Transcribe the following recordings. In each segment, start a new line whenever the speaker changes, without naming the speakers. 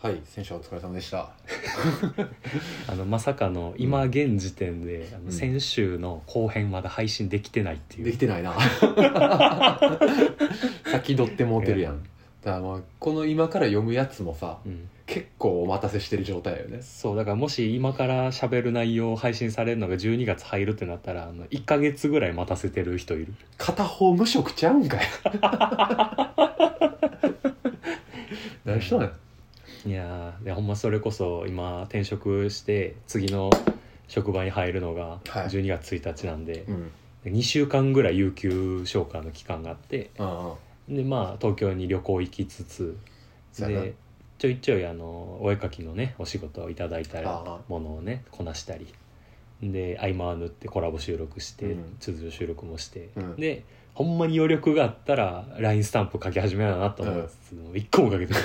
はい先週はお疲れ様でした
あのまさかの今現時点で、あ
うん
の先週の後編まだ配信できてないっていう
できて ないな先取ってもうてるやんだからもうこの今から読むやつもさ
うん、
結構お待たせしてる状態よね
そうだからもし今から喋る内容を配信されるのが12月入るってなったらあの1ヶ月ぐらい待たせてる人いる
片方無職ちゃうん かい何しとんやん
いやーでほんまそれこそ今転職して次の職場に入るのが
はい
12月1日なんで、
うん
2週間ぐらい有給消化の期間があって
うんうん
でまあ東京に旅行行きつつ
そうやな
でちょいちょいあのお絵描きのねお仕事をいただいた
ああ
らものをねこなしたりで合間を縫ってコラボ収録して
うん
通常収録もして、
うん
でほんまに余力があったら LINE スタンプ書き始めようなと思いつつ、一個も書けてない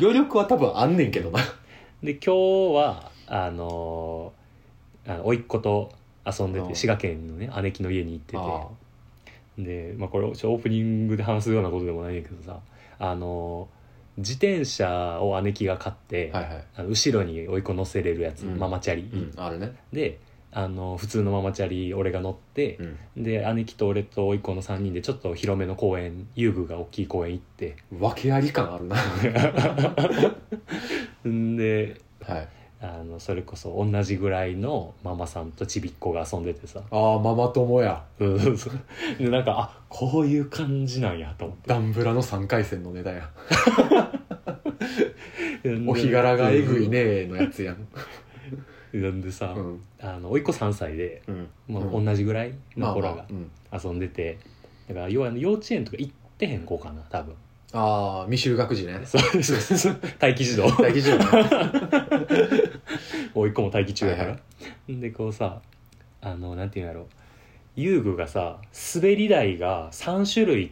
余力は多分あんねんけどな
で今日はあのーあの甥っ子と遊んで
うん
て滋賀県のね姉貴の家に行ってて。
あ
で、まあ、これちょオープニングで話すようなことでもないんやけどさあの自転車を姉貴が買って、
あはいはい
あの後ろに追い子乗せれるやつ、
うん
ママチャリ、
うんあるね
であの普通のママチャリ俺が乗って、で姉貴と俺と甥い子の3人でちょっと広めの公園遊具が大きい公園行って
訳あり感ある な
んで
はい
あのそれこそ同じぐらいのママさんとちびっ子が遊んでてさ
ああママ友や
そうそうそうでなんかあこういう感じなんやと思って
ダンブラの3回戦のネタや
で
お日柄がえぐいねーのやつやん
なんでさ、
うん
あの甥っ子3歳で、
うん
まあ
うん
同じぐらい
ま
の
あま
頃
あ
が
うん
遊んでて、だから要はあの幼稚園とか行ってへん子かな 多分
ああ未就学児ね
そうそうそう 待機児童
大事よね
甥っ子も待機中やから、
は
でこうさあのなんていうんやろう遊具がさ滑り台が3種類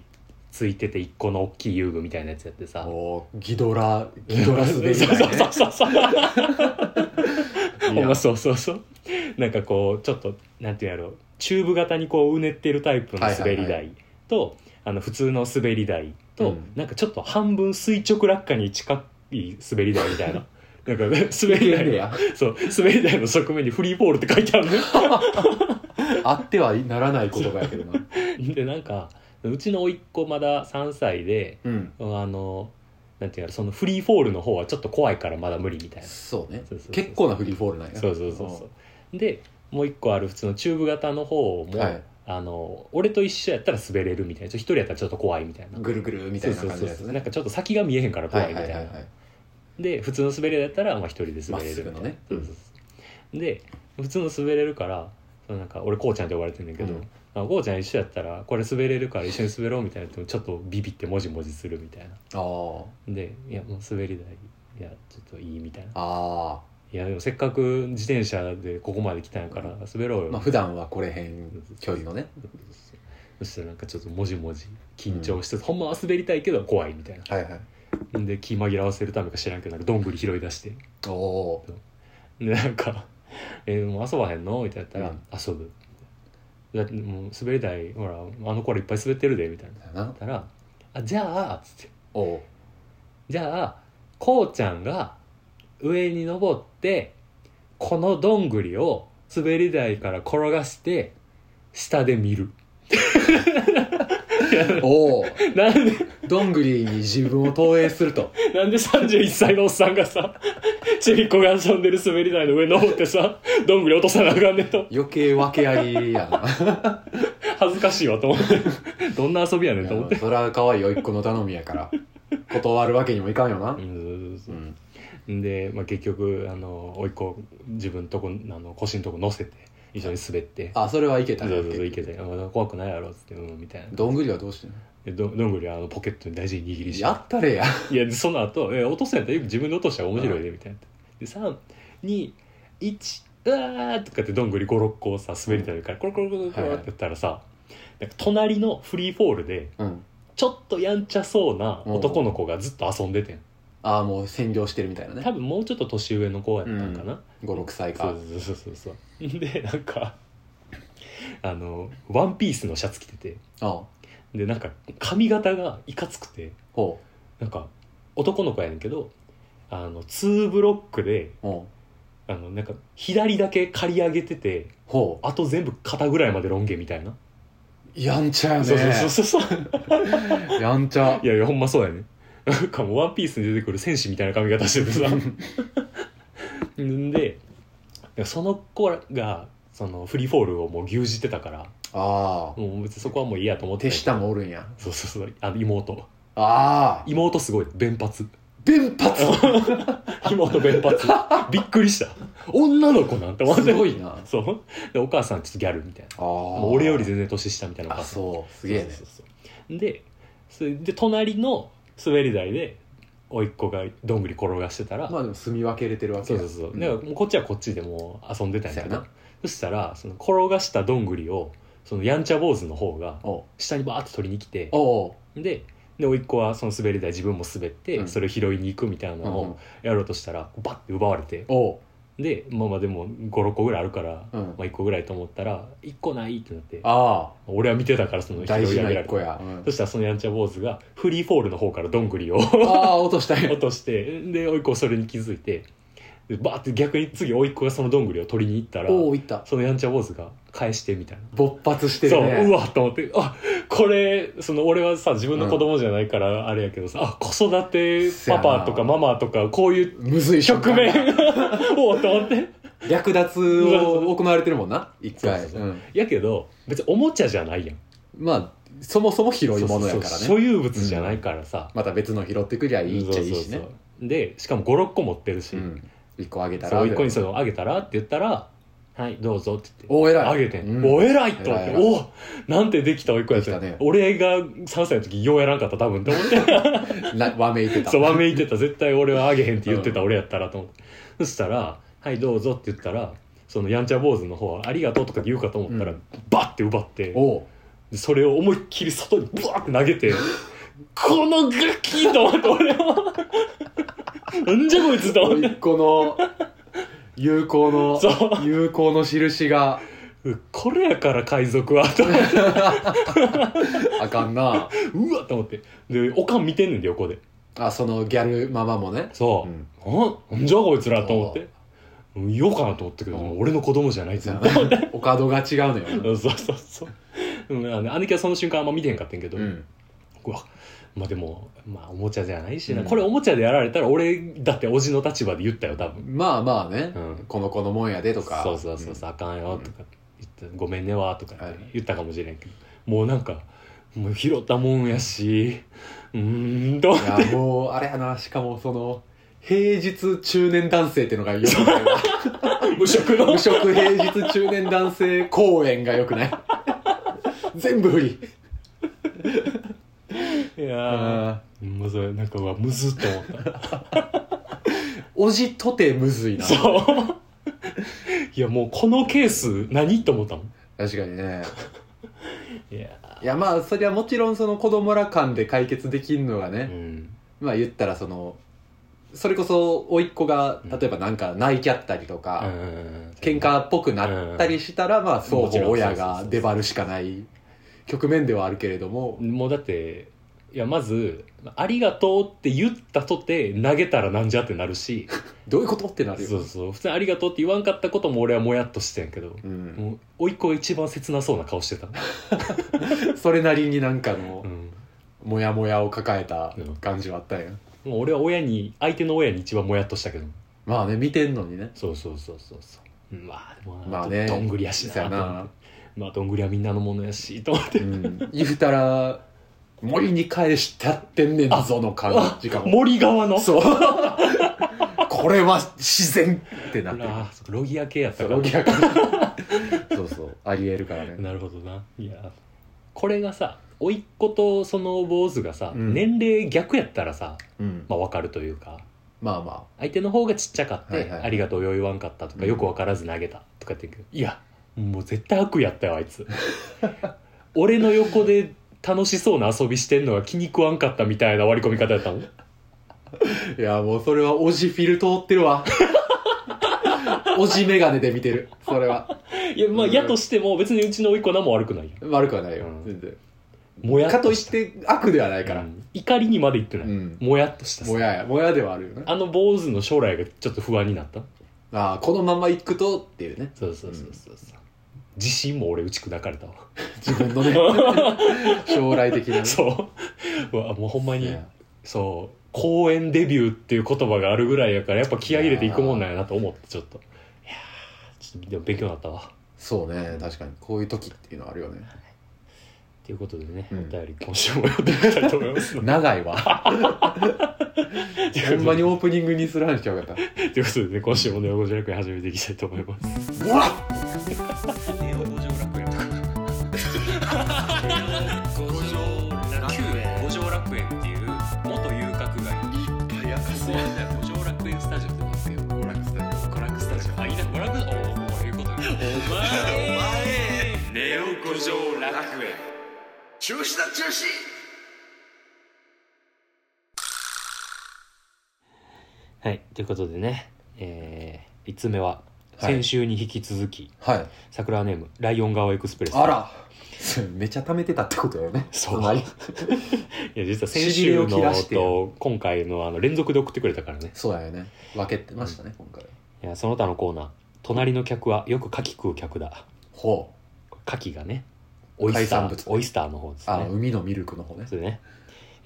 ついてて1個の大きい遊具みたいなやつやってさ
もうギドラギドラ滑り台ね
そうそう そうそう
い
ほん
や
まそうそうそうなんかこうちょっとなんていうんやろうチューブ型にこううねってるタイプの滑
はいはい
り
は
台と、あの普通の滑り台と、
うん
なんかちょっと半分垂直落下に近い滑り台みたいななんかね滑り台
い
の
や
そう滑り台の側面にフリーボールって書いてある
あってはならない言葉やけどな
のでなんかうちの甥っ子まだ3歳で
うん
あのなんていうんやろそのフリーフォールの方はちょっと怖いからまだ無理みたいな
そうね
そうそうそう
結構なフリーフォールなんや
そうそうそうそうでもう一個ある普通のチューブ型の方も、
はい
あの俺と一緒やったら滑れるみたいなちょっと一人やったらちょっと怖いみたいな
ぐるぐるみたいな感じ
そう
で
そう
す
そうなん
ね
かちょっと先が見えへんから
は
怖い
い
み
は
たい
い
な、
はいはい
で普通の滑り台だったらまあ一人で滑れるみた
まっすぐの
いな
ね
そうそうそうで普通の滑れるからそのなんか俺こうちゃんって呼ばれてんだけど、
うん
あこうちゃん一緒やったらこれ滑れるから一緒に滑ろうみたいなってもちょっとビビってもじもじするみたいな
あー
でいやもう滑り台いやちょっといいみたいな
あ
いやでもせっかく自転車でここまで来たんやから滑ろうよ、
ーまあ普段はこれへん距離のね
そしたらなんかちょっともじもじ緊張して、ほんまは滑りたいけど怖いみたいな
はいはい
んで気紛らわせるためか知らんけどなんかどんぐり拾い出して
おお
でなんか「えもう遊ばへんの?」みたいなや
うん
ったら「遊ぶ」だってもう滑り台ほらあの頃いっぱい滑ってるでみたいな
ーな
だったら「あじゃあ」つって
おお
「じゃあこうちゃんが上に登ってこのどんぐりを滑り台から転がして下で見る」
おお
なんで
どんぐりに自分を投影すると
なんで31歳のおっさんがさ、ちびっこが遊んでる滑り台の上登ってさ、どんぐり落とさなあかんねんと、
余計訳ありやな
恥ずかしいわと思って、どんな遊びやねんと思っ
いや
て。
それは可愛いよ一個の頼みや から断るわけにもいかんよな
う、ん
う
そうそ
ん、
うそうで、まあ、結局、あの、甥っ子、自分とこ、あの、腰のとこ乗せて、一緒に滑って、
あそれはいけ
ず
た
う
ね
ずうずいけて、あまだ怖くないやろ、つって、うん、みたいな。
どんぐりはどうしてんの
でどどんぐりはあのポケットに大事に握りして
やったれや
いや、でその後、え、落とせんやったら自分で落としたら面白いね、みたいな。で、3、2、1、うわーとかってどんぐり5、6個をさ、滑り台から、コロコロコロコロコロってやったらさ、なんか隣のフリーフォールで、
うん
ちょっとやんちゃそうな男の子がずっと遊んでてん。
ああもう占領してるみたいな
多
ね
分もうちょっと年上の子やったんかな。
56歳
そ
か
うそうそうそうそう。で、なんか、あの、ワンピースのシャツ着てて、
ああ
で、なんか髪型がいかつくて、
ほ
なんか男の子やねんけどあの2ブロックで
うん
あのなんか左だけ刈り上げてて
ほ
あと全部肩ぐらいまでロン毛みたいな、
うやんちゃやね
そうそうそうそうそう
やんちゃ
いやいやほんまそうやねなんかもうワンピースに出てくる戦士みたいな髪型しててさんでその子がそのフリーフォールをもう牛耳ってたから
ああ
もう別にそこはもういいやと思っ
手
て
下もおるんや
そうそうそうあの妹
ああ
妹すごい弁髪
弁髪
妹弁髪びっくりした女の子なんて思って
すごいなあ
そうでお母さんちょっとギャルみたいな
あ
もう俺より全然年下みたいなお
あ
母さん
そうすげえね
そうそうそうでそれで隣の滑り台で甥っ子がどんぐり転がしてたら、
まあでも住み分けれてるわけ
そう
や
そうそう、
ん
だからもうこっちはこっちでもう遊んでたんやけ
そうや
ど
な
そしたらその転がしたどんぐりをそのやんちゃ坊主の方が
おう
下にバーって取りに来て
おう
でで甥っ子はその滑り台自分も滑って、
うん
それを拾いに行くみたいなの
うんうん
をやろうとしたらバッて奪われて
おう
でまあまあでも56個ぐらいあるから、
うん
まあ、1個ぐらいと思ったら1個ないってなって
あ
俺は見てたからその
あ大事な
ら
一個や、うん
そしたらそのやんちゃ坊主がフリーフォールの方からどんぐりを
ああ落とした
落
い
としてで甥っ子はそれに気づいてでバーって逆に次甥っ子がそのどんぐりを取りに行ったら
おおいった
そのやんちゃ坊主が返してみたいな。
勃発してるね
そううわと思ってあこれその俺はさ自分の子供じゃないからあれやけどさ、あ子育てパパと
せやな
かママとかこういう
むずい瞬
局
間
面 をと思って
略奪を行われてるもんな一回
そうそうそ
うん
やけど別におもちゃじゃないやん
まあそもそも広いものやか
そう
ら
そう所
ね
有物じゃないからさ、
また別の拾ってくりゃいいっちゃいいしね
そうそうそうでしかも56個持ってるし、
うん一個あげたら
そう1個にそのあげたらって言ったら「はいどうぞ」って言って。
お偉い
あげてん、
うん
お偉いと思って
偉い偉
おなんてできたおいっ子やっ
でき
た
たね
俺が3歳の時ようやらんかった多分と思って
なわめいてた
そう、わめいてた。絶対俺はあげへんって言ってた俺やったらと思って。そしたら、はい、どうぞって言ったら、そのやんちゃ坊主の方は、ありがとうとか言うかと思ったら、
うん
バッて奪って、
おう
でそれを思いっきり外にブワーって投げて、このガキと思って俺は、なんじゃこいつと思って。
一個の有効の
そ
有効の印が
う。これやから海賊は、と思って。
あかんな
うわと思って。で、おかん見てんねんで、横で。
あそのギャルママもね
そうう。
ん
なんなんじゃこいつらと思って。言おうかなと思ったけど、
うん
俺の子供じゃないってなって
お門が違うのよ
そうそうそう。うん、あの姉貴はその瞬間あんま見てへんかったんやけど、
うん
うわまあでも、まあおもちゃじゃないしな、
うん
これおもちゃでやられたら俺だっておじの立場で言ったよ多分、
まあまあね
うん
この子のもんやでとか
そうそうそうそう、あかんよとか言ってごめんねわとかって言ったかもしれんけど、もうなんかもう拾ったもんやしうーんと
いやもうあれやなしかもその平日中年男性っていうのがよく ないわ
無職の
無職平日中年男性公演がよくない全部不利
いやーもうそれなんかうわむずっと思った
おじとてむずいな
そういやもうこのケース何と思ったもん
確かにね
いや
いやまあそれはもちろんその子供ら間で解決できるのが
ーう
ね、
ん
まあ言ったらそのそれこそ甥っ子が
うん
例えばなんか泣いきゃったりと
うん
か、
うんうん
喧嘩っぽくなったりしたら、まあ双
もち
方
ろん
親
そうそうそう
が
そう
出張るしかない局面ではあるけれども、
もうだっていやまず「ありがとう」って言ったとて投げたらなんじゃってなるし
どういうことってなるよ
そうそう普通に「ありがとう」って言わんかったことも俺はもやっとしてんやけど、
うん、
もう甥っ子が一番切なそうな顔してた、
それなりになんかの
うん
モヤモヤを抱えた
うん
感じはあったんや、
もう俺は親に相手の親に一番もやっとしたけど
まあね見てんのにね
そうそうそうそうそううんまあでもな
まあね
どんぐりやしな
そやな
と思ってまあどんぐりはみんなのものやしと 思って
うん言うたら森に返したってんねんぞの感じかも
森側の
そう。これは自然ってな
あ
ってる。
ーそうロギア系やった
そうロ
から
ギアから。そうそう。ありえるからね。
なるほどないやこれがさ甥っ子とその坊主がさ、
うん
年齢逆やったらさ、
うん。
まあ、分かるというか
まあま
相手の方がちっちゃかって「
はいはい
ありがとうよ言わんかった」とか、
うん
よく分からず投げた」とかって言うけどいやもう絶対悪やったよあいつ俺の横で楽しそうな遊びしてんのが気に食わんかったみたいな割り込み方やったもん
あ。いや、もうそれはおじフィル通ってる わ。おじメガネで見てる。それは。
いやまあ、やとしても別にうちの甥っ子は何も悪くないやん
悪くはないよ
う。ん
全然。
もや
かといっ
した
て悪ではないから
う。ん怒りにまでいってない、
うん。
もやっとしたさ
もやや、もやではあるよね。
あの坊主の将来がちょっと不安になった
ああ、このまま行くとっていうね。
そうそうそうそうそう自信も俺打ち砕かれたわ、
自分のね、 将来的なね。
そううわもうほんま
い
に
や
そう公演デビューっていう言葉があるぐらいやからやっぱ気合い入れていくもんなんやなと思ってちょっといやーちょっとでも勉強になったわ
そうね、確かに。こういう時っていうのはあるよね。
ということでね、
うん
お便り今週もやっていきたいと思い ますので
長いわ。 ほんまにオープニングにする話しよかった。
ということでね今週もね五条楽園始めていきたいと思います
うわっ
五条楽園とか五条楽園五条楽園っていう元遊郭街
やか
そうなんだよ五条楽園スタジオってなんですよ
娯楽スタジ
娯楽スタジオあいいな娯楽おおおいうことねお前お前ネオ五条楽園
中止だ中止
はいということでねえー、5つ目は
はい
先週に引き続き、
オはい。
桜ネームライオン側エクスプレス
あら めちゃ貯めてたってことだよね。
そう
の間
いや実は先週
しびれを切ら
の
してよ
と今回のあの連続で送ってくれたからね
そうだよね。分けてましたね、今回。
いやその他のコーナー「隣の客はよく牡蠣食う客だ
ほ」
牡蠣がねオイス
海
タ
産物
ーオイスターの方で
う。
す
あ、
ね
海のミルクの方ね
で。すね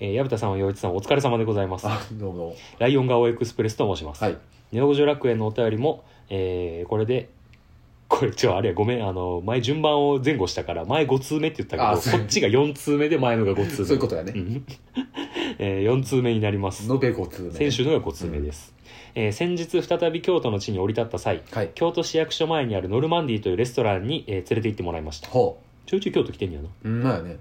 えー矢蓋さんは陽一さんお疲れ様でございます
あ、どうもどうも。
ライオン顔エクスプレスと申します、
はい。
ネオ五条楽園のお便りも、えーこれでこれ違うあれやごめんあの前順番を前後したから前5通目って言った
あ
け
そ
ど
う
こっちが4通目で前のが5通目
そういうことやね。
ん え4通目になります
延べ5通目。
先週のが5通目です、えー先日再び京都の地に降り立った際
はい。
京都市役所前にあるノルマンディというレストランに、えー連れて行ってもらいました
ほ
ちょいちょい京都来てんやな、
う。うんまあね。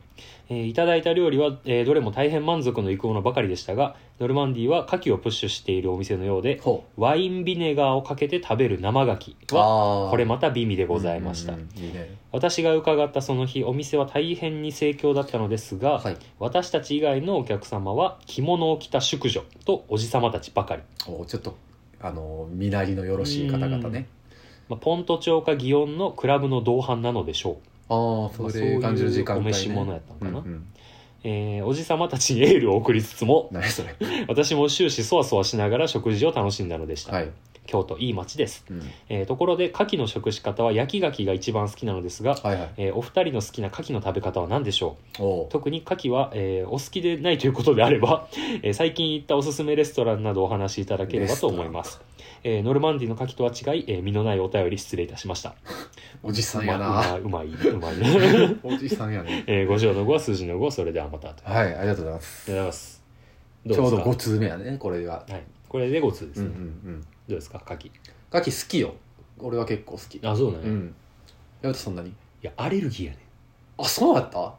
えーいただいた料理は、えーどれも大変満足のいくものばかりでしたがノルマンディは牡蠣をプッシュしているお店のようで
ほ
ワインビネガーをかけて食べる生牡
う。
蠣は
あー
これまた美味でございました、
うんうんうんいいね。
私が伺ったその日お店は大変に盛況だったのですが、
はい。
私たち以外のお客様は着物を着た淑女とおじ様たちばかり、
おちょっと、あの、身なりのよろしい方々ね。
まあ、ポント町か祇園のクラブの同伴なのでしょ
ああ、
まあ
そういう感じの時間帯、ね。
そういうお召し物やったのかな
うんうん
う、えーおじ様たちにエールを送りつつも
何それ。
私も終始そわそわしながら食事を楽しんだのでした、
はい。
京都いい街です、
うん
えーところで牡蠣の食し方は焼き牡蠣が一番好きなのですが、
はいはい。
えーお二人の好きな牡蠣の食べ方は何でしょう
おう。
特に牡蠣は、えーお好きでないということであれば、えー最近行ったおすすめレストランなどお話しいただければと思います、えーノルマンディの牡蠣とは違い、えー身のないお便り失礼いたしました
おじさんやな。
うまいうまいうまい、うまい
おじさんやね。
えー、ご条の5は数字の5それではまたとあ
はい、ありがとうございます。
りがとうございますど
ちょうど
うで
5
す
通目やね、これが。
か、はい、これで5通です
うん
ね、
うんう
ど
ん。
うですか牡蠣
ガキ好きよ。俺は結構好き。
あそうなん
う
や、い
ん。やるとそんなに
やアレルギーやね
あ、そうだった
う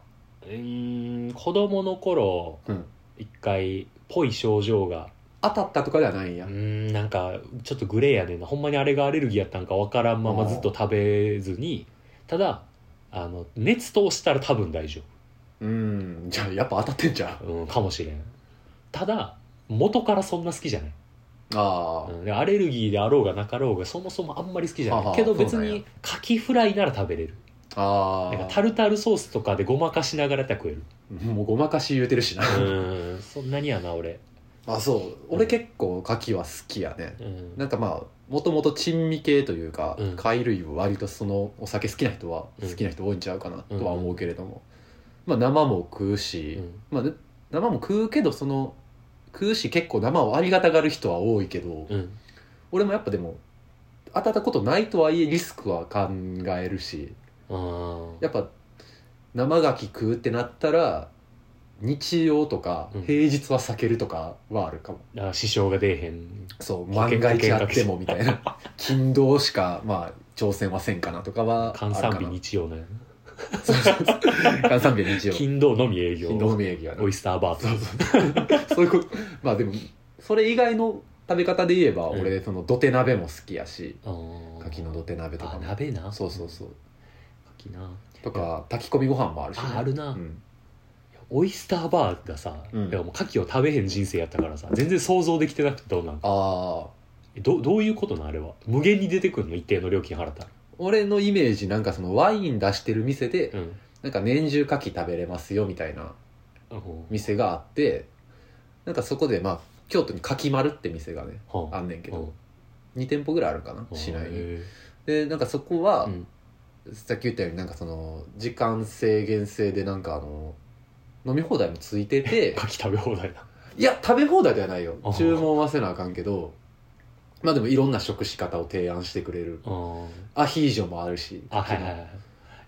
ーん子供の頃
うん。
一回ぽい症状が
当たったとかではないん
う
や
ー。んなんかちょっとグレーやねんなほんまにあれがアレルギーやったんかわからんまま
あー
ずっと食べずにただあの熱通したら多分大丈
うん。じゃあ、やっぱ当たってんじゃん。
夫、うん、かもしれんただ元からそんな好きじゃない、
あ
うんで、アレルギーであろうがなかろうがそもそもあんまり好きじゃ
はあ
な
はいあ
けど別
そうなんや
にカキフライなら食べれる
あ。あ
なんかタ
あ。
ルタルソースとかでごまかしながらやったら食える
もうごまかし言うてるしな。
うんそんなにやな俺、
あ、そう。俺結構ガキは好きやね。
うん、
なんかまあ、もともと珍味系というか、
うん
貝類は割とそのお酒好きな人は好きな人多いんちゃうかなとは思うけれども、まあ生も食うし、
うん
まあ、ね生も食うけどその食うし結構生をありがたがる人は多いけど、
うん
俺もやっぱでも当たったことないとはいえリスクは考えるし
あー
やっぱ生牡蠣食うってなったら日曜とか
うん
平日は避けるとかはあるかも、
だから支障が出えへん
そう
保
万
険
が一あってもみたい な勤労しかまあ挑戦はせんかなとかはあ
閑
るか
散
な
日日曜のや
そうそうそう閑散日日曜
金土のみ営業
勤労名義はね
オイスターバーと
そうそうそういうことまあでもそれ以外の食べ方で言えば
うん
俺その土手鍋も好きやし
牡
牡蠣の土手鍋とか
あ
も
鍋な
そうそうそう
牡蠣な
とか炊き込みご飯もあるしね、
ああるな
うん
オイスターバーがさ、
うん
いやもう牡蠣を食べへん人生やったからさ全然想像できてなくてどうなんか
ああ
えどどういうことなんあれは無限に出てくるの一定の料金払ったら
俺のイメージなんかそのワイン出してる店で
うん
なんか年中牡蠣食べれますよみたいな
ほう
店があってなんかそこでまあ京都に柿丸って店がね
ほう
あんねんけ
ほ
ど2店舗ぐらいあるかな
う
市内
へ
に
え
でなんかそこは、
うん
さっき言ったようになんかその時間制限制でなんかあの飲み放題もついて て
牡蠣食べ放題ない
や食べ放題ではないよ
あ
注文はせなあかんけどまあでもいろんな食し方を提案してくれる
うん
アヒージョもあるし
あはいはいはい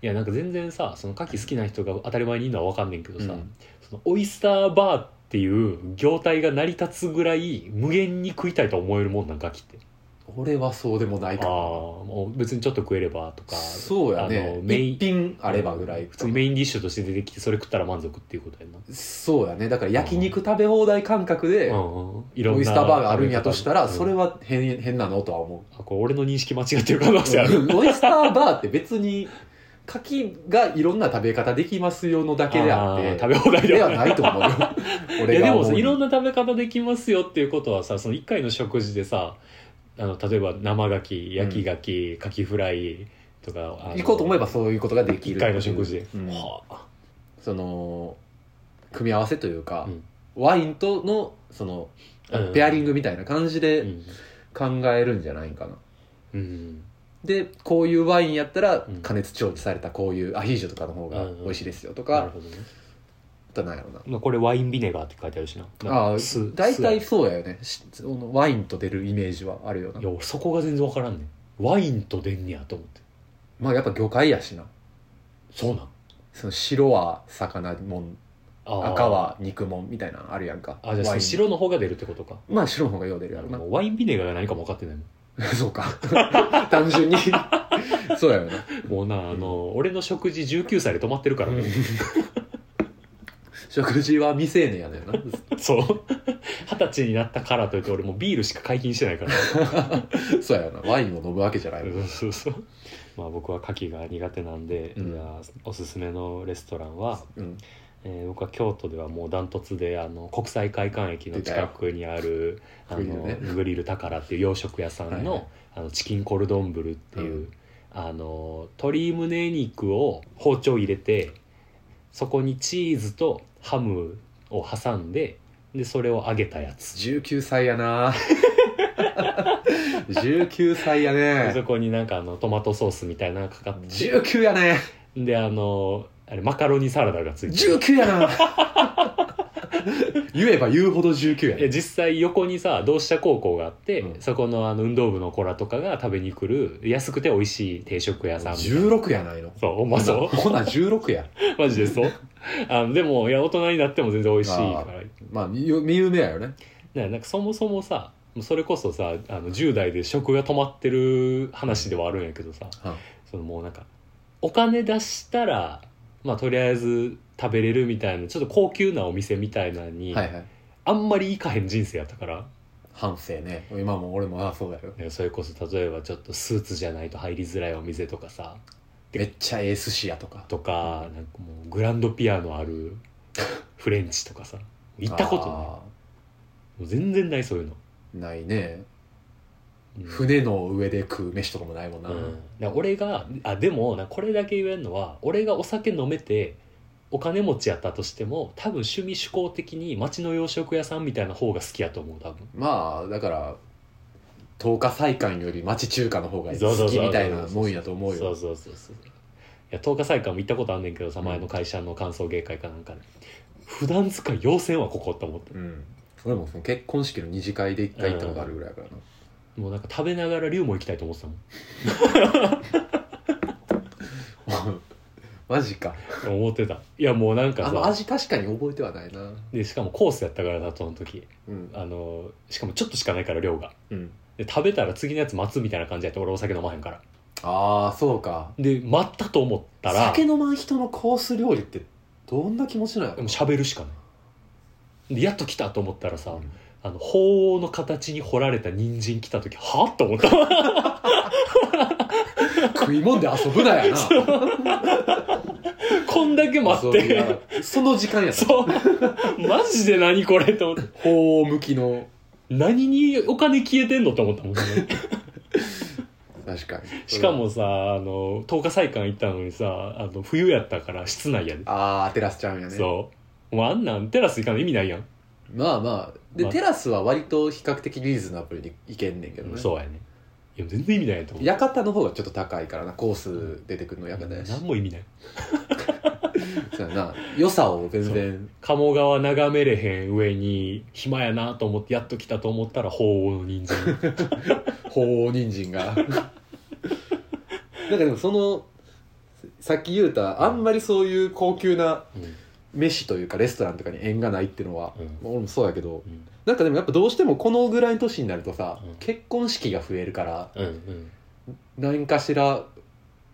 いやなんか全然さその牡蠣好きな人が当たり前にいるのは分かんねんけどさ、
うん
そのオイスターバーっていう業態が成り立つぐらい無限に食いたいと思えるもんなん牡蠣って
俺はそうでもない
ああ
かな
もう別にちょっと食えればとか
そうや
あの
ね
メイン
一品あればぐらい
普通にメインディッシュとして出てきてそれ食ったら満足っていうことやな
そうやねだから焼肉食べ放題感覚で、
うんうんいろんな
オイスターバーがあるんやとしたら、
うん
それは変変なのとは思
あこれ俺の認識間 違ってる可能性ある
うオイスターバーって別に牡蠣がいろんな食べ方できますよのだけであって
あー食べ放題
で
で
は
は
な
ない
いと 思うよ
い
俺
やで
が
も
思
さ
う
いろんな食べ方できますよっていうことはさその1回の食事でさあの例えば生牡蠣焼き牡蠣牡蠣フライとかあの
行こうと思えばそういうことができる
一回の食事で、
うん
はあ
その組み合わせというか、
うん
ワインとのその
うん
ペアリングみたいな感じ
う
で
ん、
考えるんじゃないんかな、
うん
でこういうワインやったら
うん
加熱調理されたこういうアヒージョとかの方が美味しいですよと
なる
か、
ほどね、
あとなんやろな
まあ、これワインビネガーって書いてあるしな
ああ
酢
大体
酢
そうやよねしそのワインと出るイメージはあるよない
や俺そこが全然分からんねんワインと出んねやと思って
まあやっぱ魚介やしな
そうなん
その白は魚もん
ああ
赤は肉もんみたいなのあるやんか
あじゃあそ
ワイ
の
ン
白の方が出るってことか
まあ白の方がよう出るやろ
もうワインビネガーが何かも分かってないもん
な そうか 単純にそうやよな
もうなあの俺の食事19歳で止まってるからね、
食事は未成年やねんな
そう二十歳になったからといって俺もうビールしか解禁してないから
そうやよなワインを飲むわけじゃないもん
そうそうそう まあ僕は牡蠣が苦手なんで、
うん
いやおすすめのレストランは、
うん
えー僕は京都ではもうダントツであの国際会館駅の近くにあるあ
グリル
の
ね
グリル宝っていう洋食屋さんの,、
はいはい
あのチキンコルドンブルっていう、
うん
あの鶏胸肉を包丁入れてそこにチーズとハムを挟んででそれを揚げたやつ
19歳やな19歳や
でそ
ね
こになんかあのトマトソースみたいなのがかかってて
19やね
であのあれマカロニサラダがついてる
19やな言えば言うほど19や
いや
ね
実際横にさ同志社高校があって、
うん
そこのあの運動部の子らとかが食べに来る安くて美味しい定食屋さん
16やないの
そうまあそう
ほな16や
マジで そうあのでもいや大人になっても全然美味しいから
まあみ見有名やよね
ねなんかそもそもさそれこそさあの10代で食が止まってる話ではあるんやけどさ、
うん
そのもうなんかお金出したら、まあ、とりあえず食べれるみたいなちょっと高級なお店みたいなのに、
はいはい
あんまり行かへん人生やったから
反省ね今も俺もああそうやよ
ねそれこそ例えばちょっとスーツじゃないと入りづらいお店とかさ
めっちゃええ寿司屋とか
とかなんかもうグランドピアノあるフレンチとかさ行ったことないも
あ
う全然ないそういうの、
ーないね
うん
船の上で食う飯とかもないもんな、
うん、だから俺があでもなこれだけ言えるのは俺がお酒飲めてお金持ちやったとしても多分趣味趣向的に町の洋食屋さんみたいな方が好きやと思う多分
まあだから10日祭館より町中華の方が
そうそ
好
う
き
そう
みたいなもんやと思う
そ
よ
うそうそうそういや10日祭館も行ったことあんねんけどさ
うん
前の会社の歓送迎会かなんかで、普段使い要請はここと思って
うん俺もその結婚式の二次会で一回行ったことあるぐらいやからな、
もうなんか食べながら龍も行きたいと思ってたもん
マジか
思ってたいやもうなんか
あの
さ
味確かに覚えてはないな
でしかもコースやったからさその時
うん
あのしかもちょっとしかないから量が
うん
で食べたら次のやつ待つみたいな感じやって俺お酒飲まへんから
ああそうか
で待ったと思ったら
酒飲まん人のコース料理ってどんな気持ちなの
でも喋るしかないでやっと来たと思ったらさ、
うん
あの鳳凰の形に彫られた人参来た時はあと思った
食いもんで遊ぶな やな
こんだけ待っ
遊び
て。
はその時間やった
そう。マジで何これと思って。
法向きの
何にお金消えてんのと思ったもんね。
確かに
しかもさあの10日祭館行ったのにさあの冬やったから室内やで、
ああテラスちゃうんやね
そうもうあんなんテラス行かない意味ないやん、
まあまあで、
まあ
テラスは割と比較的リーズナブルに行けんねんけどね
そうやねいや全然意味ないやんと思う
館の方がちょっと高いからなコース出てくるの館やし、
何も意味ない
そうやな良さを全然
鴨川眺めれへん上に暇やなと思ってやっと来たと思ったら鳳凰の人 参
鳳凰人参 がなんかでもそのさっき言うたあんまりそういう高級な
うん
飯というかレストランとかに縁がないっていうのは、
うん
まあ俺もそうやけど
うん
なんかでもやっぱどうしてもこのぐらいの年になるとさ、
うん
結婚式が増えるから
うんうん
何かしら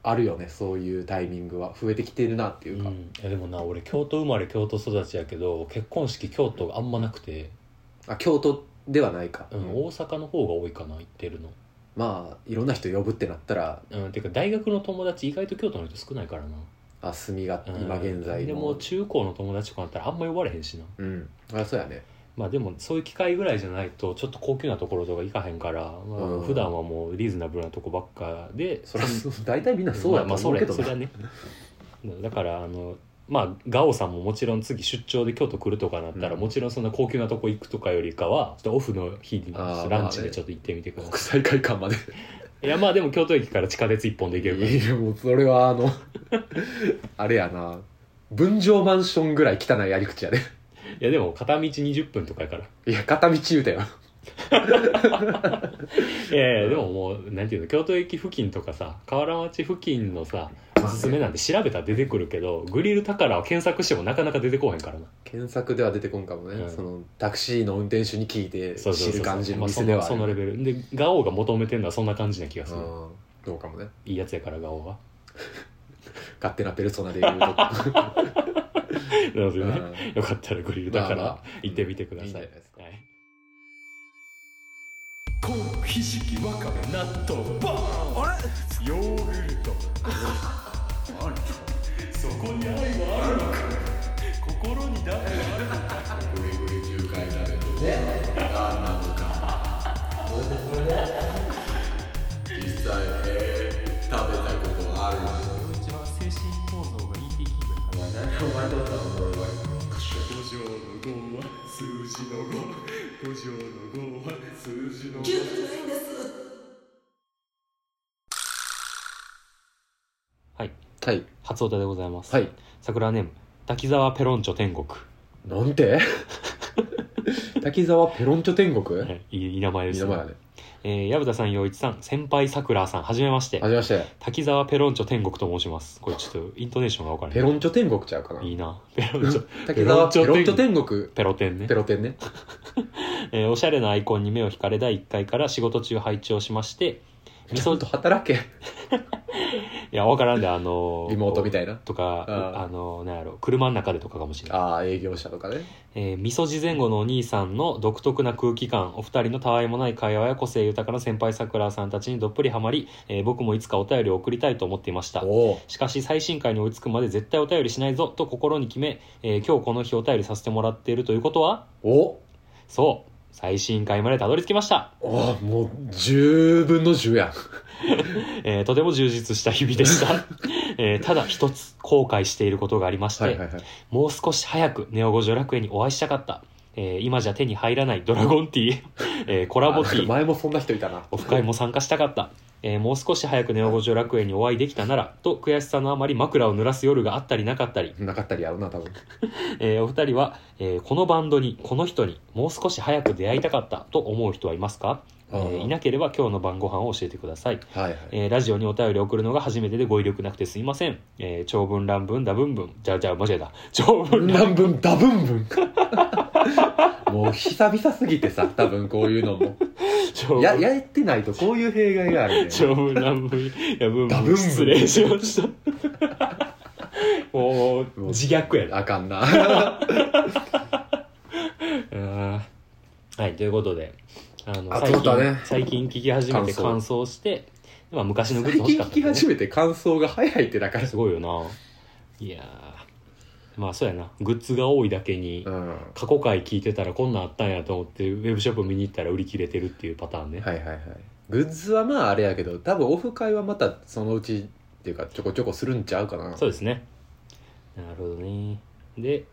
あるよねそういうタイミングは増えてきてるなっていうか、
うん、いやでもな俺京都生まれ京都育ちやけど結婚式京都あんまなくて、
あ京都ではないか、
うん大阪の方が多いかな行ってるの、
まあいろんな人呼ぶってなったら
うん、てか大学の友達意外と京都の人少ないからな、
あ住みが
うん
今現在
で
の、うん、
も中高の友達とかだったらあんま呼ばれへんしな
あそうやね
まあでもそういう機会ぐらいじゃないとちょっと高級なところとか行かへんから、まあ
うん
普段はもうリーズナブルなとこばっかで
そりゃそう 大体みんなそうや
ま
と
あそ
思う
れ
けど
それは
な
ねだからあのまあガオさんももちろん次出張で京都来るとかなったら、
うん
もちろんそんな高級なとこ行くとかよりかはちょっとオフの日に
あー
ランチ
まあ
で
ね
ちょっと行ってみてください、
国際会館 まで
いやまあでも京都駅から地下鉄一本で行けるから
いやもうそれはあの あれやな分譲マンションぐらい汚いやり口やで、
いやでも片道20分とかやか ら
いや片道言うたよ
いやいやでももうなんていうの京都駅付近とかさ河原町付近のさおすすめなんて調べたら出てくるけどグリル宝は検索してもなかなか出てこへんからな
検索では出てこんかもね、
うん
そのタクシーの運転手に聞いて
そうそう
知
そう
る感じの
まあ
店ではあ
そ
る
のそのレベルでガオが求めてるのはそんな感じな気がする、
うんどうかもね
いいやつやからガオは
勝手なペルソナで言う と
なので
う
ね
ん
よかったらグリルだ
ま
か
あま
ら
あ
行ってみてくだ
いいん
さ
じゃ
い
ないです。か
はい。こうひじきわかめ納豆バーンあれヨーグルトそこに愛はあるのか心にだってあるのか一番精神構造が ET キングかはい
はい
初おたでございます、
はい
桜ネーム滝沢ペロンチョ天国
なん て滝沢ペロンチョ天国
はいいいいい名前で
二
す
の前やね
えー矢蓋さん陽一さん先輩さくらさんはじめまして
はじめまして
滝沢ペロンチョ天国と申しますこれちょっとイントネーションが分から
ペ
ない
ロンチョ天国ちゃうかない
いなペロンチョ
滝沢ペ
ペ
ロ
ロ
ン
ン
チ
チ
ョ
ョ
天
天
国
ペロテンね
ペロテ ンね
えーおしゃれなアイコンに目を引かれ第1回から仕事中拝聴しましてみ
ちゃ
そ
ん
い
と働け
や分からんであの
リモートみ
たい
たいな
とか
うん
あのなんやろ車の中でとかかもしれない、
ああ営業者とかね
えー、みそじ前後のお兄さんの独特な空気感お二人のたわいもない会話や個性豊かな先輩さくらさんたちにどっぷりハマり、えー僕もいつかお便りを送りたいと思っていました
おお
しかし最新回に追いつくまで絶対お便りしないぞと心に決め、えー今日この日お便りさせてもらっているということは
お
そう最新回までたどり着きました、
おあもう10分の10やん
えーとても充実した日々でした、 えーただ一つ後悔していることがありまして、
はいはいはい
もう少し早くネオ五条楽園にお会いしたかった、えー今じゃ手に入らないドラゴンティー、 えーコラボティ
あ
ー
前もそんな人いたな
オフ会も参加したかった、えーもう少し早くネオ五条楽園にお会いできたならと悔しさのあまり枕を濡らす夜があったりなかったり
なかったりやるな多分
えーお二人は、えーこのバンドにこの人にもう少し早く出会いたかったと思う人はいますか、えー
うん
いなければ今日の晩ご飯を教えてください、
はいはい
えーラジオにお便り送るのが初めてで語彙力なくてすいません、えー長文乱文だ文文じゃあじゃあ間違えた長文乱
何分ダブンブン もう久々すぎてさ多分こういうのも
長 文
ややってないとこういう弊害があるね
長文乱文いや文
だ文文
文失礼しましたもう自虐やで
あかんなあ
あーはいということであの
あ
最
そうだ
近,、
ね
最近聞き始めて
感想
感想してまあ昔のグッ
最
ズ欲し
近聞
かっ
き
たけどね
始めて感想が早いってだから
すごいよないやーまあそうやなグッズが多いだけに
うんは
過去回聞いてたらこんなんあったんやと思ってウェブショップ見に行ったら売り切れてるっていうパターンね、
いはいはいグッズはまああれやけど多分オフ会はまたそのうちっていうかちょこちょこするんちゃうかな
そうですねなるほどねで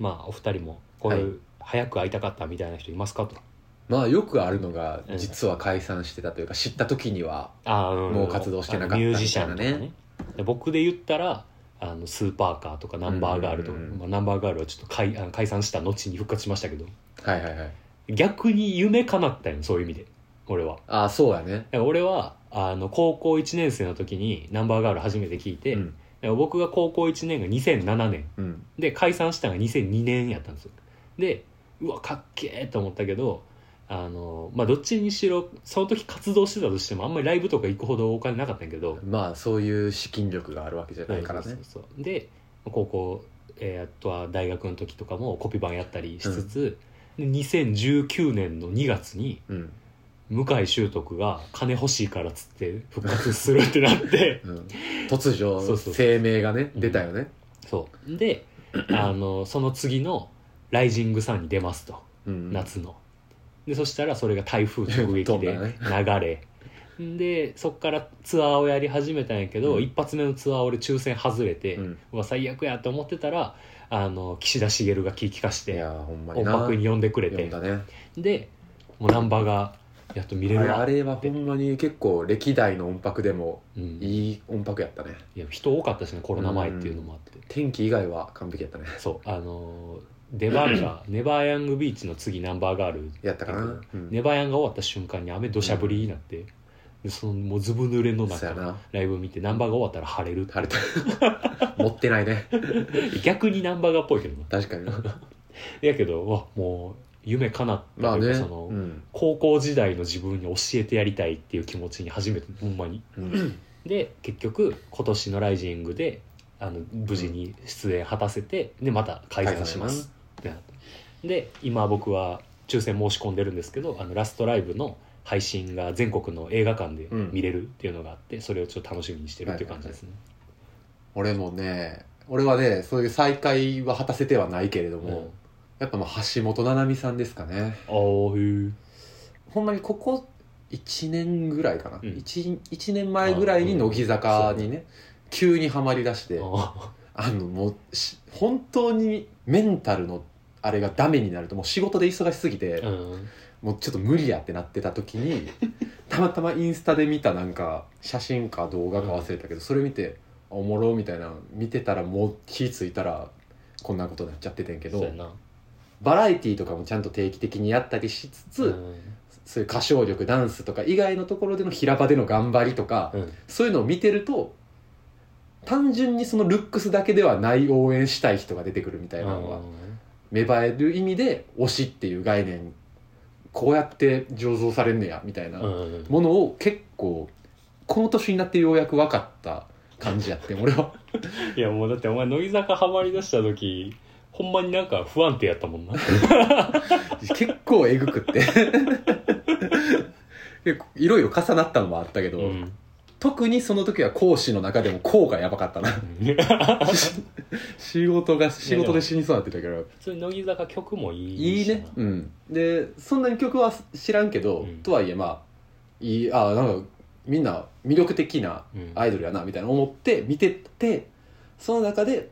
まあお二人もこういう、早く会いたかったみたいな人いますかと
まあよくあるのが
うん
実は解散してたというか知った時には
あー、ん
もう活動してなかった
あのミ
みたいなね
ュージシャンとかねで僕で言ったらあのスーパーカーとかナンバーガールとか、
うんうんうん
まあ、ナンバーガールはちょっと解あの解散した後に復活しましたけど
はいはいはい
逆に夢叶ったよそういう意味で俺は
ああそうやね
だから俺はあの高校1年生の時にナンバーガール初めて聞い
う
て、だか
ん
ら僕が高校1年が2007年
うん
で解散したのが2002年やったんですよでうわかっけえと思ったけどあのまあどっちにしろその時活動してたとしてもあんまりライブとか行くほどお金なかったんやけど、
まあそういう資金力があるわけじゃないから
そう
ね
そうそうで高校、えーあとは大学の時とかもコピー版やったりしつつ、で2019年の2月に
うん
向井秀徳が金欲しいからっつって復活するってなって
うん突
そう
如
そう
声明がね
うん
出たよね
そ うであのその次の「ライジングサン」に出ますと
うん
夏の、でそしたらそれが台風直撃で
飛んだね
流れ、でそっからツアーをやり始めたんやけど、
うん
一発目のツアー俺抽選外れて、
うん
うわ最悪やと思ってたらあの岸田茂が聞きかし
い
て
やほんまに
音
な
楽に呼んでくれ
読
て
んだね
でもうナンバーがやっと見れるわ
あれはほんまに結構歴代の音楽でも
うん、い
いい音楽やったね
や人多かったしねコロナ前っていうのもあって、
天気以外は完璧やったね
そうあの出番が「ネバーヤングビーチ」の次ナンバーガール
やったかなうん
ネバーヤンが終わった瞬間に雨土砂降りになって、でそのもうずぶ濡れの
そうや
中
な
ライブ見てナンバーが終わったら晴れる
晴れた 持ってないね
逆にナンバーがっぽいけどな
確かに
やけどうわもう夢叶った
まあ
という
ね
か、その、
うん
高校時代の自分に教えてやりたいっていう気持ちに初めてほんまに
うん
で結局今年の「ライジングで」あの無事に出演果たせてでまた解散しますってなったで今僕は抽選申し込んでるんですけどあのラストライブの配信が全国の映画館で見れるっていうのがあって、それをちょっと楽しみにしてるっていう感じですね、
俺もね俺はねそういう再会は果たせてはないけれども、
うん
やっぱまあ橋本七海さんですかね
あーへー
ほんまにここ1年ぐらいかな、
うん
一 1, 年前ぐらいに乃木坂にね、急にはまりだして
あ
あのもうし本当にメンタルのあれがダメになるともう仕事で忙しすぎて、
ーうん
もうちょっと無理やってなってた時に たまたまインスタで見たなんか写真か動画か忘れたけど、それ見てあおもろみたいなの見てたらもう気付いたらこんなことになっちゃっててんけ
そう
ど
やな
バラエティーとかもちゃんと定期的にやったりしつつ、
うん
そういう歌唱力ダンスとか以外のところでの平場での頑張りとか、
うん
そういうのを見てると単純にそのルックスだけではない応援したい人が出てくるみたいなのが芽生える意味で推しっていう概念こうやって醸造されんねやみたいな
うんうん
ものを結構この年になってようやく分かった感じやって俺は
いやもうだってお前乃木坂ハマりだした時ほんまになんか不安定やったもんな
結構えぐくって 結構いろいろ重なったのもあったけど、
うん
特にその時は講師の中でも講がやばかったな仕事が仕事で死にそうになってたけど
それ乃木坂曲もいい
いい
しな
ねうんでそんなに曲は知らんけど、
うん
とはいえまあいいあなんかみんな魅力的な
うん
アイドルやなみたいな思って見ててその中で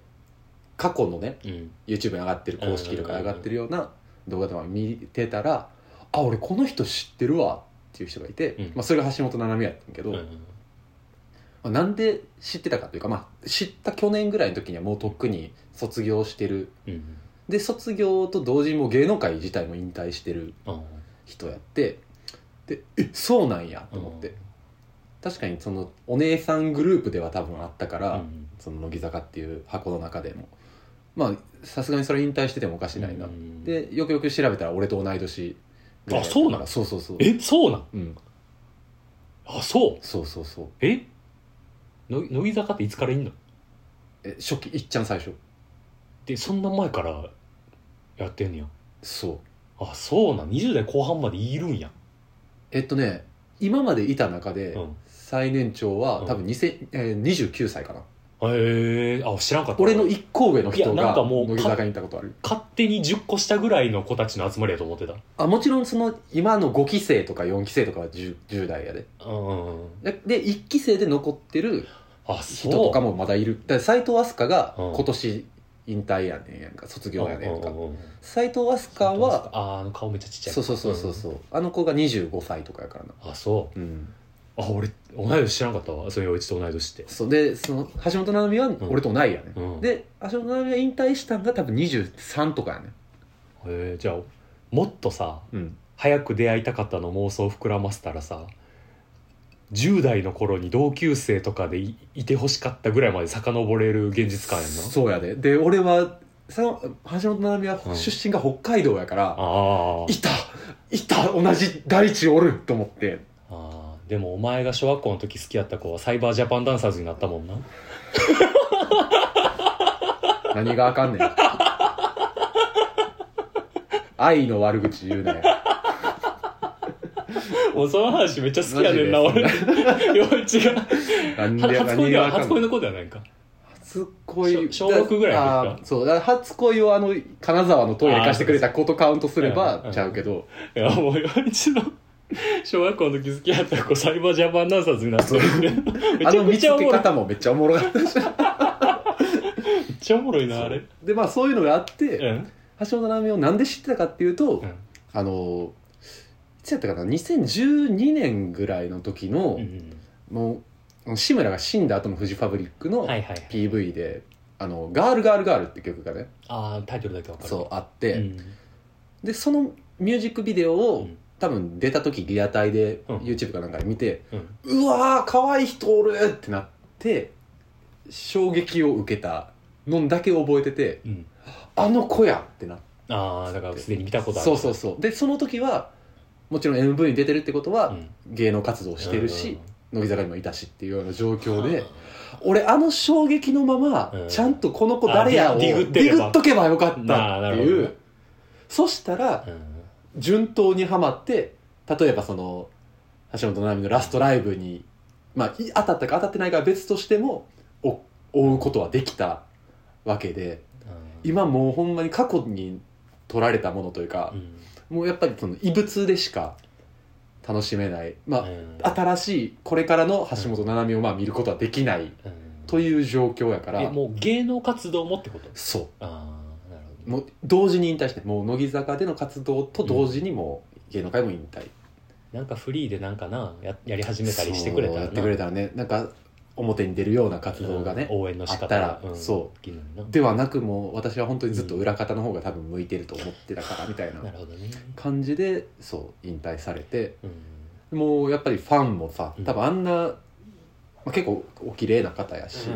過去のね
うん、
YouTube に上がってる公式とか上がってるような動画とか見てたらあ俺この人知ってるわっていう人がいて、
うん
まあ、それが橋本七海やったんけど、
うん
まあなんで知ってたかというか、まあ、知った去年ぐらいの時にはもうとっくに卒業してる
うん
で卒業と同時にもう芸能界自体も引退してる
あ
人やってでえそうなんや
あ
と思って、確かにそのお姉さんグループでは多分あったから、
うん
その乃木坂っていう箱の中でもまあさすがにそれ引退しててもおかしないな、
うん
でよくよく調べたら俺と同い年ぐらいだった
あそうな
から
の
そうそうそう
えそうなん
うん
あそう
そうそうそう
えの乃木坂っていつからいんの
え初期いっちゃん最初
でそんな前からやってんのや
そう
あそうなん20代後半までいるんや
えっとね今までいた中で
うん
最年長は多分2000、えー29歳かな
へえあ知らんかった
俺の一個上の人
いやなん
が
かもう
乃木坂にいたことある
勝手に10個下ぐらいの子たちの集まりやと思ってた
あもちろんその今の5期生とか4期生とかは 10, 10代やで
うん
でで1期生で残ってる
あそう
人とかもまだいるだから斎藤飛鳥が
うん
今年引退やねんやんか卒業やねんと
う
か
んうんうん
斎藤飛鳥
は
は
ああの顔めっちゃちっちゃい
そうそうそうそうそうあの子が25歳とかやからな
うんあそう
うん
あ俺同い年知らんかったわそれ陽一と同い年って
そうでその橋本奈美は俺とないやね、
うん
で橋本奈美が引退したんが多分23とかやね
へえじゃあもっとさ
うん
早く出会いたかったの妄想膨らませたらさ10代の頃に同級生とかでいいてほしかったぐらいまで遡れる現実感やんな
そうやでで俺はその橋本奈美は
うん
出身が北海道やから、
あー
いたいた同じ大地おると思って
あーでもお前が小学校の時好きやった子はサイバージャパンダンサーズになったもんな
何があかん ねん愛の悪口言うなよ
もうその話めっちゃ好きやねんな
マジ
俺
で
陽一が
何で
初恋
何
で
が
は
あか
初
ん
恋
ねん
の子ではないか
初恋
小小六ぐらいの時か
あーそうだから初恋をあの金沢のトイレ貸してくれたことカウントすれ
あー
ば
そう
ちゃうけど
いやもう陽一の小学校の時好きやった子サイバージャパンダンサーズになった め
あ
ちゃ
の見
く
つ
ちゃお
け
もろい
方もめっちゃおもろかったし
めっちゃおもろいなあれ
でまあそういうのがあっ
う
て
ん
橋本奈美をなんで知ってたかっていうと、
うん
あのいつやったかな2012年ぐらいの時の
う、ん
もう志村が死んだ後のフジファブリックの
はいはいはい
PV で、あの「ガールガールガール」って曲がね
ああタイトルだけわかる
そうあって、
うん
でそのミュージックビデオ
う
を
ん
多分出た時リアタイで
うん
YouTube かなんかで見て
うん
「うわー可愛い人おる!」ってなって衝撃を受けたのだけ覚えてて
うん
「あの子や!」ってなって
ああだからすでに見たことある
そうそうそうでその時はもちろん MV に出てるってことは、
うん
芸能活動をしてるし、乃木坂にもいたしっていうような状況で、
うん
俺あの衝撃のまま、
うん
ちゃんとこの子誰や
あ
を
デ
デ
ィ
ィ
グっ
グ
てれば
っとけばよかったって
なあなるほ
い
ど
う、
ね
そしたら
うん
順当にはまって例えばその橋本奈美のラストライブに、まあ、い当たったか当たってないかは別としてもお追うことはできたわけで今もうほんまに過去に取られたものというか
う、ん
もうやっぱりその異物でしか楽しめない、まあ
うん
新しいこれからの橋本七海をまあ見ることはできない
うん
という状況やから、
えもう芸能活動もってこと
そ
ああなる
うもう同時に引退してもう乃木坂での活動と同時にもう芸能界も引退、
ほどなんかフリーでなんかなややり始めたりしてくれ
そ
た
う
ら
や
な
ってくれたらねなんか表に出るような活動がね、
うん応援の仕方
あったら
ん
そ
できるのにな
ではなくもう私は本当にずっと裏方の方が多分向いてると思ってたからみたい
な
な
るほどね
感じでそう引退されて
うん
もうやっぱりファンもさ
うん
多分あんな、まあ、結構お綺麗な方やし、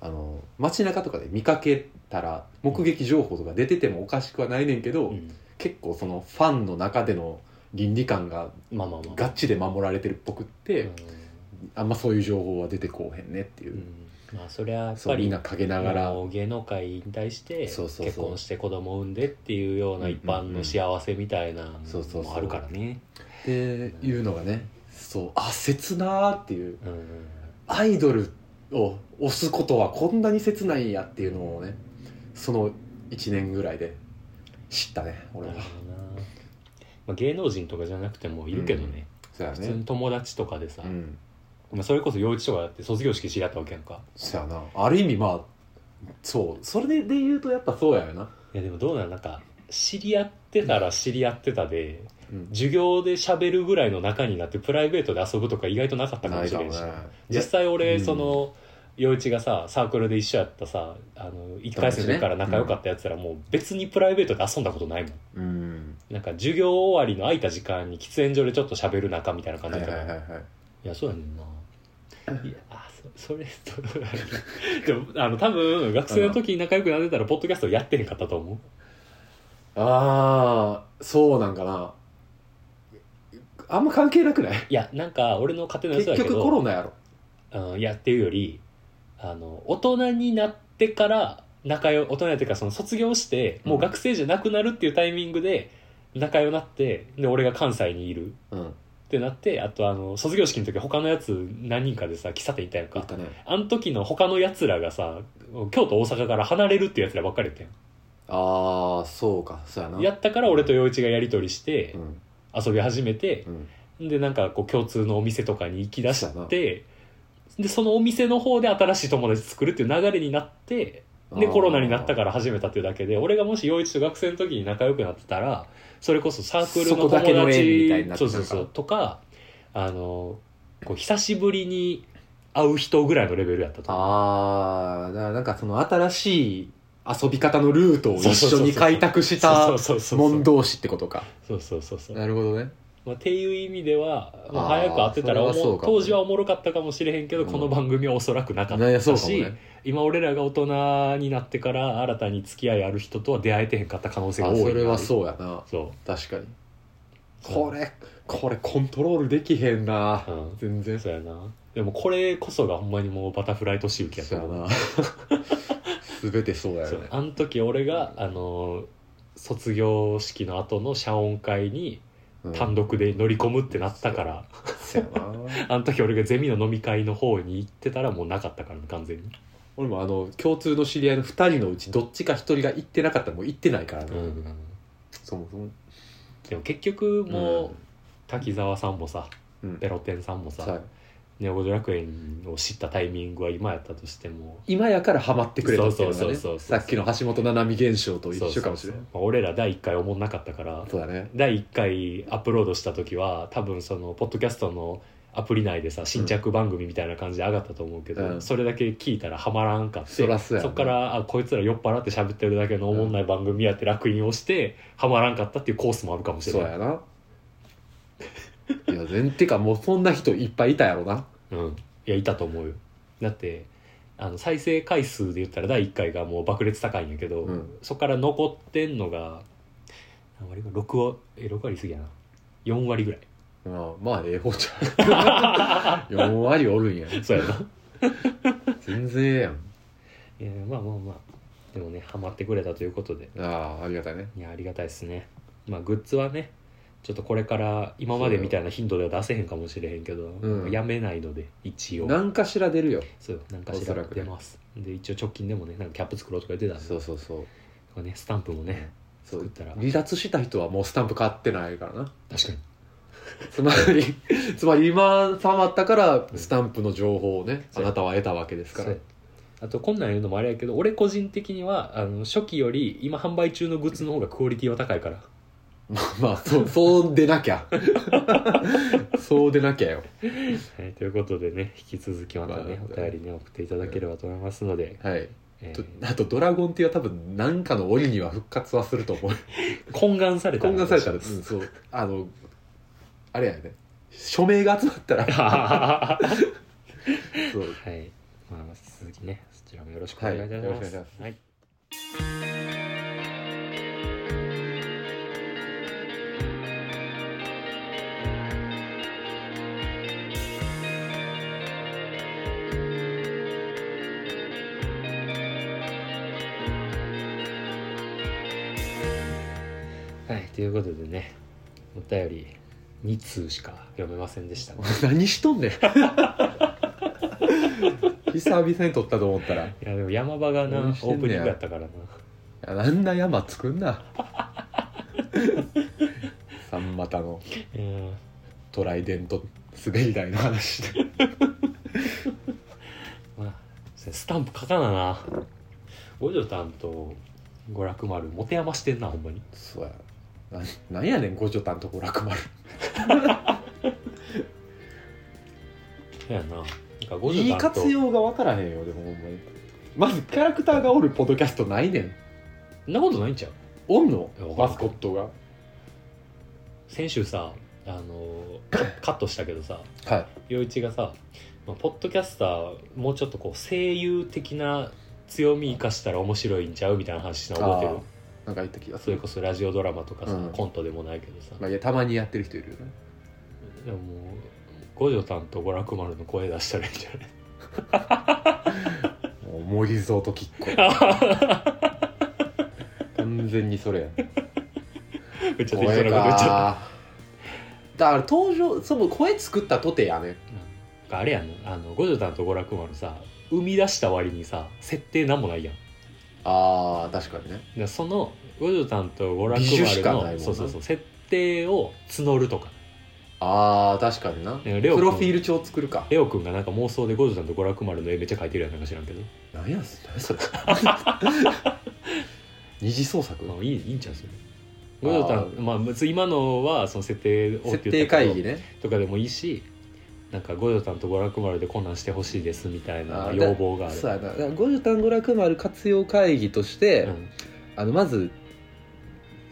あの街中とかで見かけたら目撃情報とか出ててもおかしくはないねんけど、
うん
結構そのファンの中での倫理観が
まあまあまあ
ガッチで守られてるっぽくって、あんまそういう情報は出てこうへんねっていうう、
んうんまあそれはやっ
そ
ぱ
うみ
り
んな陰ながら
もう芸能界引退して
そうそうそう
結婚して子供産んでっていうような一般
うんうんう
の
ん
幸せみたいなの
そうそうそう
もあるからね
っていうのがねそうあ切なーっていう
うんうん
アイドルを推すことはこんなに切ないんやっていうのをねその1年ぐらいで知ったね
うん
俺
な
は
る。ほどなまあ芸能人とかじゃなくてもいるけどね
そうや
普通に
ね
友達とかでさ
うん
まあそれこそ陽一とかだって卒業式知り合ったわけやんか
そうやなある意味まあそうそれでで言うとやっぱそうやよな、
いやでもどうなのなんか知り合ってたら知り合ってたで
うん、
授業で喋るぐらいの仲になってプライベートで遊ぶとか意外となかったかもしれんし実際俺
うん
その陽一がさサークルで一緒やったさあの1回戦の時から仲良かったやつらもう別にプライベートで遊んだことないもん
うん
なんか授業終わりの空いた時間に喫煙所でちょっと喋る仲みたいな感じ
はい
だっ
は
た
い
か
はい
ら
はい
いやそうやねんないやあそそれそでもあの多分学生の時に仲良くなってたらポッドキャストやってへんかったと思う
ああそうなんかなあんま関係なくない
いやなんか俺の勝手なやつ
結
だけど
局コロナやろ
うん、いやっていうよりあの大人になってから仲良大人になってからその卒業してもう学生じゃなくなるっていうタイミングで仲良くなってで俺が関西にいる
うん
ってなってあとあの卒業式の時他のやつ何人かでさ喫茶店行ったやん
言
か
ったね
あの時の他のやつらがさ京都大阪から離れるっていうやつらばっかりやったやん
ああそうかそうやな
やったから俺と陽一がやり取りして
うん
遊び始めて
うん
でなんかこう共通のお店とかに行き出
そうや
し
な
てでそのお店の方で新しい友達作るっていう流れになってで
あー
コロナになったから始めたっていうだけで俺がもし陽一と学生の時に仲良くなってたらそれこそサーク
そ
ルの
こ
友
だけの縁みたいに
達
なってた
そうん
か
そうそうとかあのこう久しぶりに会う人ぐらいのレベルやったと思う
ああだからなんかその新しい遊び方のルートを一緒に開拓し
そ
た
うそうそうそう
門同士ってことか
そうそうそうそう
なるほどね
まあ、っていう意味では、まあ、
あー
早く会ってたらおも
それはそうかもね
当時はおもろかったかもしれへんけど、
うん
この番組はおそらくなかっ
ねそう
た
かも
し、
ね
今俺らが大人になってから新たに付き合いある人とは出会えてへんかった可能性が
あ
多い
それは
う
そうやな
そ
確かに
うん
これこれコントロールできへんな
う、うん、
全然
そうやなでもこれこそがほんまにもうバタフライとしゆきやと
そうや
思う
な全てそうや
そ
よ
う
ね
あの時俺があの卒業式の後の謝恩会に
うん
単独で乗り込むってなったから、
そうやな
あの時俺がゼミの飲み会の方に行ってたらもうなかったからね完全に
俺もあの共通の知り合いの2人のうちどっちか1人が行ってなかったらもう行ってないからね、そもそも
でも結局もう、
うん
滝沢さんもさ
うん
ペロテンさんも
さ
さネオ・ドラクエンを知ったタイミングは今やったとしても
今やからハマってくれたっていうのが
そうそう
ね
そうそう
さっきの橋本七海現象と一緒かもしれない
そうそうそうまあ俺ら第1回おもんなかったから
そうだね
第1回アップロードした時は多分そのポッドキャストのアプリ内でさ新着番組みたいな感じで上がったと思うけど、
うん
それだけ聞いたらハマらんかって
そらそうやな
っからあこいつら酔っ払って喋ってるだけのおもんない番組やって楽印をしてハマらんかったっていうコースもあるかもしれ
そう
ない
やないや全てかもうそんな人いっぱいいたやろな
うん、いやいたと思うよだってあの再生回数で言ったら第1回がもう爆裂高いんやけど、
うん
そこから残ってんのが何割か6割え6割過ぎやな4割ぐらい
まあまあええ方ちゃ う4割おるんや
そうやな
全然ええやん
いやまあまあまあでもねハマってくれたということで
ああありがたいね
いやありがたいですねまあグッズはねちょっとこれから今までみたいな頻度では出せへんかもしれへんけど、
うん
やめないので一応
何かしら出るよ
そうなんかし
おそ
ら
らく
出
ね
ます、で一応直近でもねなんかキャップ作ろうとか言ってたんで
そうそうそう
とかねスタンプもね
そ
作っ
う
たら
離脱した人はもうスタンプ買ってないから な
確かに
つま りつまり今ハマったからスタンプの情報をね、
うん
あなたは得たわけですから
そうあとこんなん言うのもあれやけど俺個人的にはあの初期より今販売中のグッズの方がクオリティは高いから
まあ まあそうそう出なき ゃそう出なきゃよ
はい、ということでね引き続きまたね
ま
お
あ
便りね送っていただければと思いますので、
はい
え
と
ー
あと「ドラゴンティ」は多分何かの折には復活はすると 思う
懇願された
懇願されたら、
ら
うん、 そうあのあれやね署名が集まったら
は
そう
い、まあ、続きねそちらもよろしくお願いいたし
はいよろ
ま
しくお願い
す、
します
はいはい、ということでねお便り2通しか読めませんでしたが
何しとんね ん久々に撮ったと思ったらい
いやでも山場がなオ
何してんねや
ープニングやったからな
やあんな山作んな 三股の
うん
トライデント滑り台の話で
まあスタンプ書かなな五条たんと五楽丸持て余してんなほんまに
そうやななんやねん五条たんとこ楽丸
そうやななんか五
いい
条たんと
活用が分からへんよでもほんまにまずキャラクターがおるポッドキャストないねん
そんなことないんちゃう
おんの
いやわからん
マスコットが
先週さあの ーカットしたけどさ
はい
陽一がさ、まあ、ポッドキャスターもうちょっとこう声優的な強み生かしたら面白いんちゃうみたいな話しな覚えてる
なんか言った気がす
それ
る
こそラジオドラマとかさ、
うん
コントでもないけどさ、
まあ、いやたまにやってる人いるよね
でももう五条たんと五楽丸の声出したらいいんじゃない
もう森蔵とキッ コ完全にそれやん
めっちゃ適当なこと
声
言っちゃった
かだから登場その声作ったとてやね
うんあれやんなあの五条さんと娯楽丸さ生み出した割にさ設定なんもないやんだか
あー確かにね
らその五条さんと娯
美術し
楽
かないもん
丸の
な
そうそうそう設定を募るとか
あー確かになプ
ねレオ君
ロフィール帳作るか
レオくんがなんか妄想で五条さんと娯楽丸の絵めっちゃ描いてるやんなんか知らんけど、
何やす何それ 二次創作
まあ、いいいいんちゃうそれ五条さんまあ別に今のはその設定を
設
っ
定
て言ったけど
会議ね
とかでもいいしなんか五条さんと娯楽丸でこんなんしてほしいですみたいな
あー
要望がある
そうやなだから五十単娯楽丸活用会議として、
うん
あのまず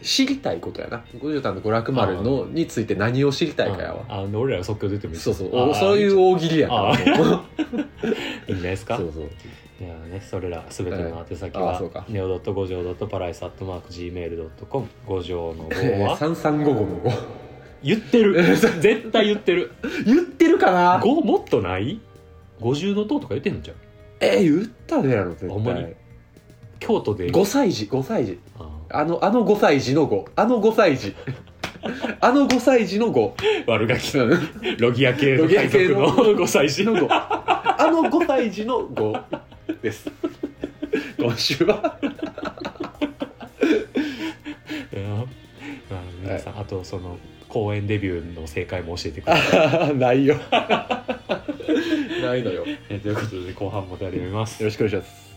知りたいことやな五十単の娯楽丸のについて何を知りたいかやわ
あの俺らが即興出てもいい
そうそう
あ
お
ー
そういう大喜利やからも
あいいんじゃないです
う
か
そうそう
いやね、それらすべての宛先
あ
は、
そうか
ネオドット五条ドットパライスアットマーク Gmail.com 五条の5
えー
は
3355の五
言ってる絶対言ってる
言ってるかな
5もっとない50の塔とか言ってんのじゃん
えー、言ったでやろ絶
ほんまに
対
京都で
5歳児5歳児
あ
あのあの5歳児の5あの5歳児あの5歳児の5
ー悪ガキ
うん
ロギア系の
ロギア
海
系
賊
の
の5歳児
の5あの5歳児の5です今週は
うんまあ皆さん、あとその公演デビューの正解も教えてください
あないよないのよよ
えということで後半も誰も見ます
ろしくお願いします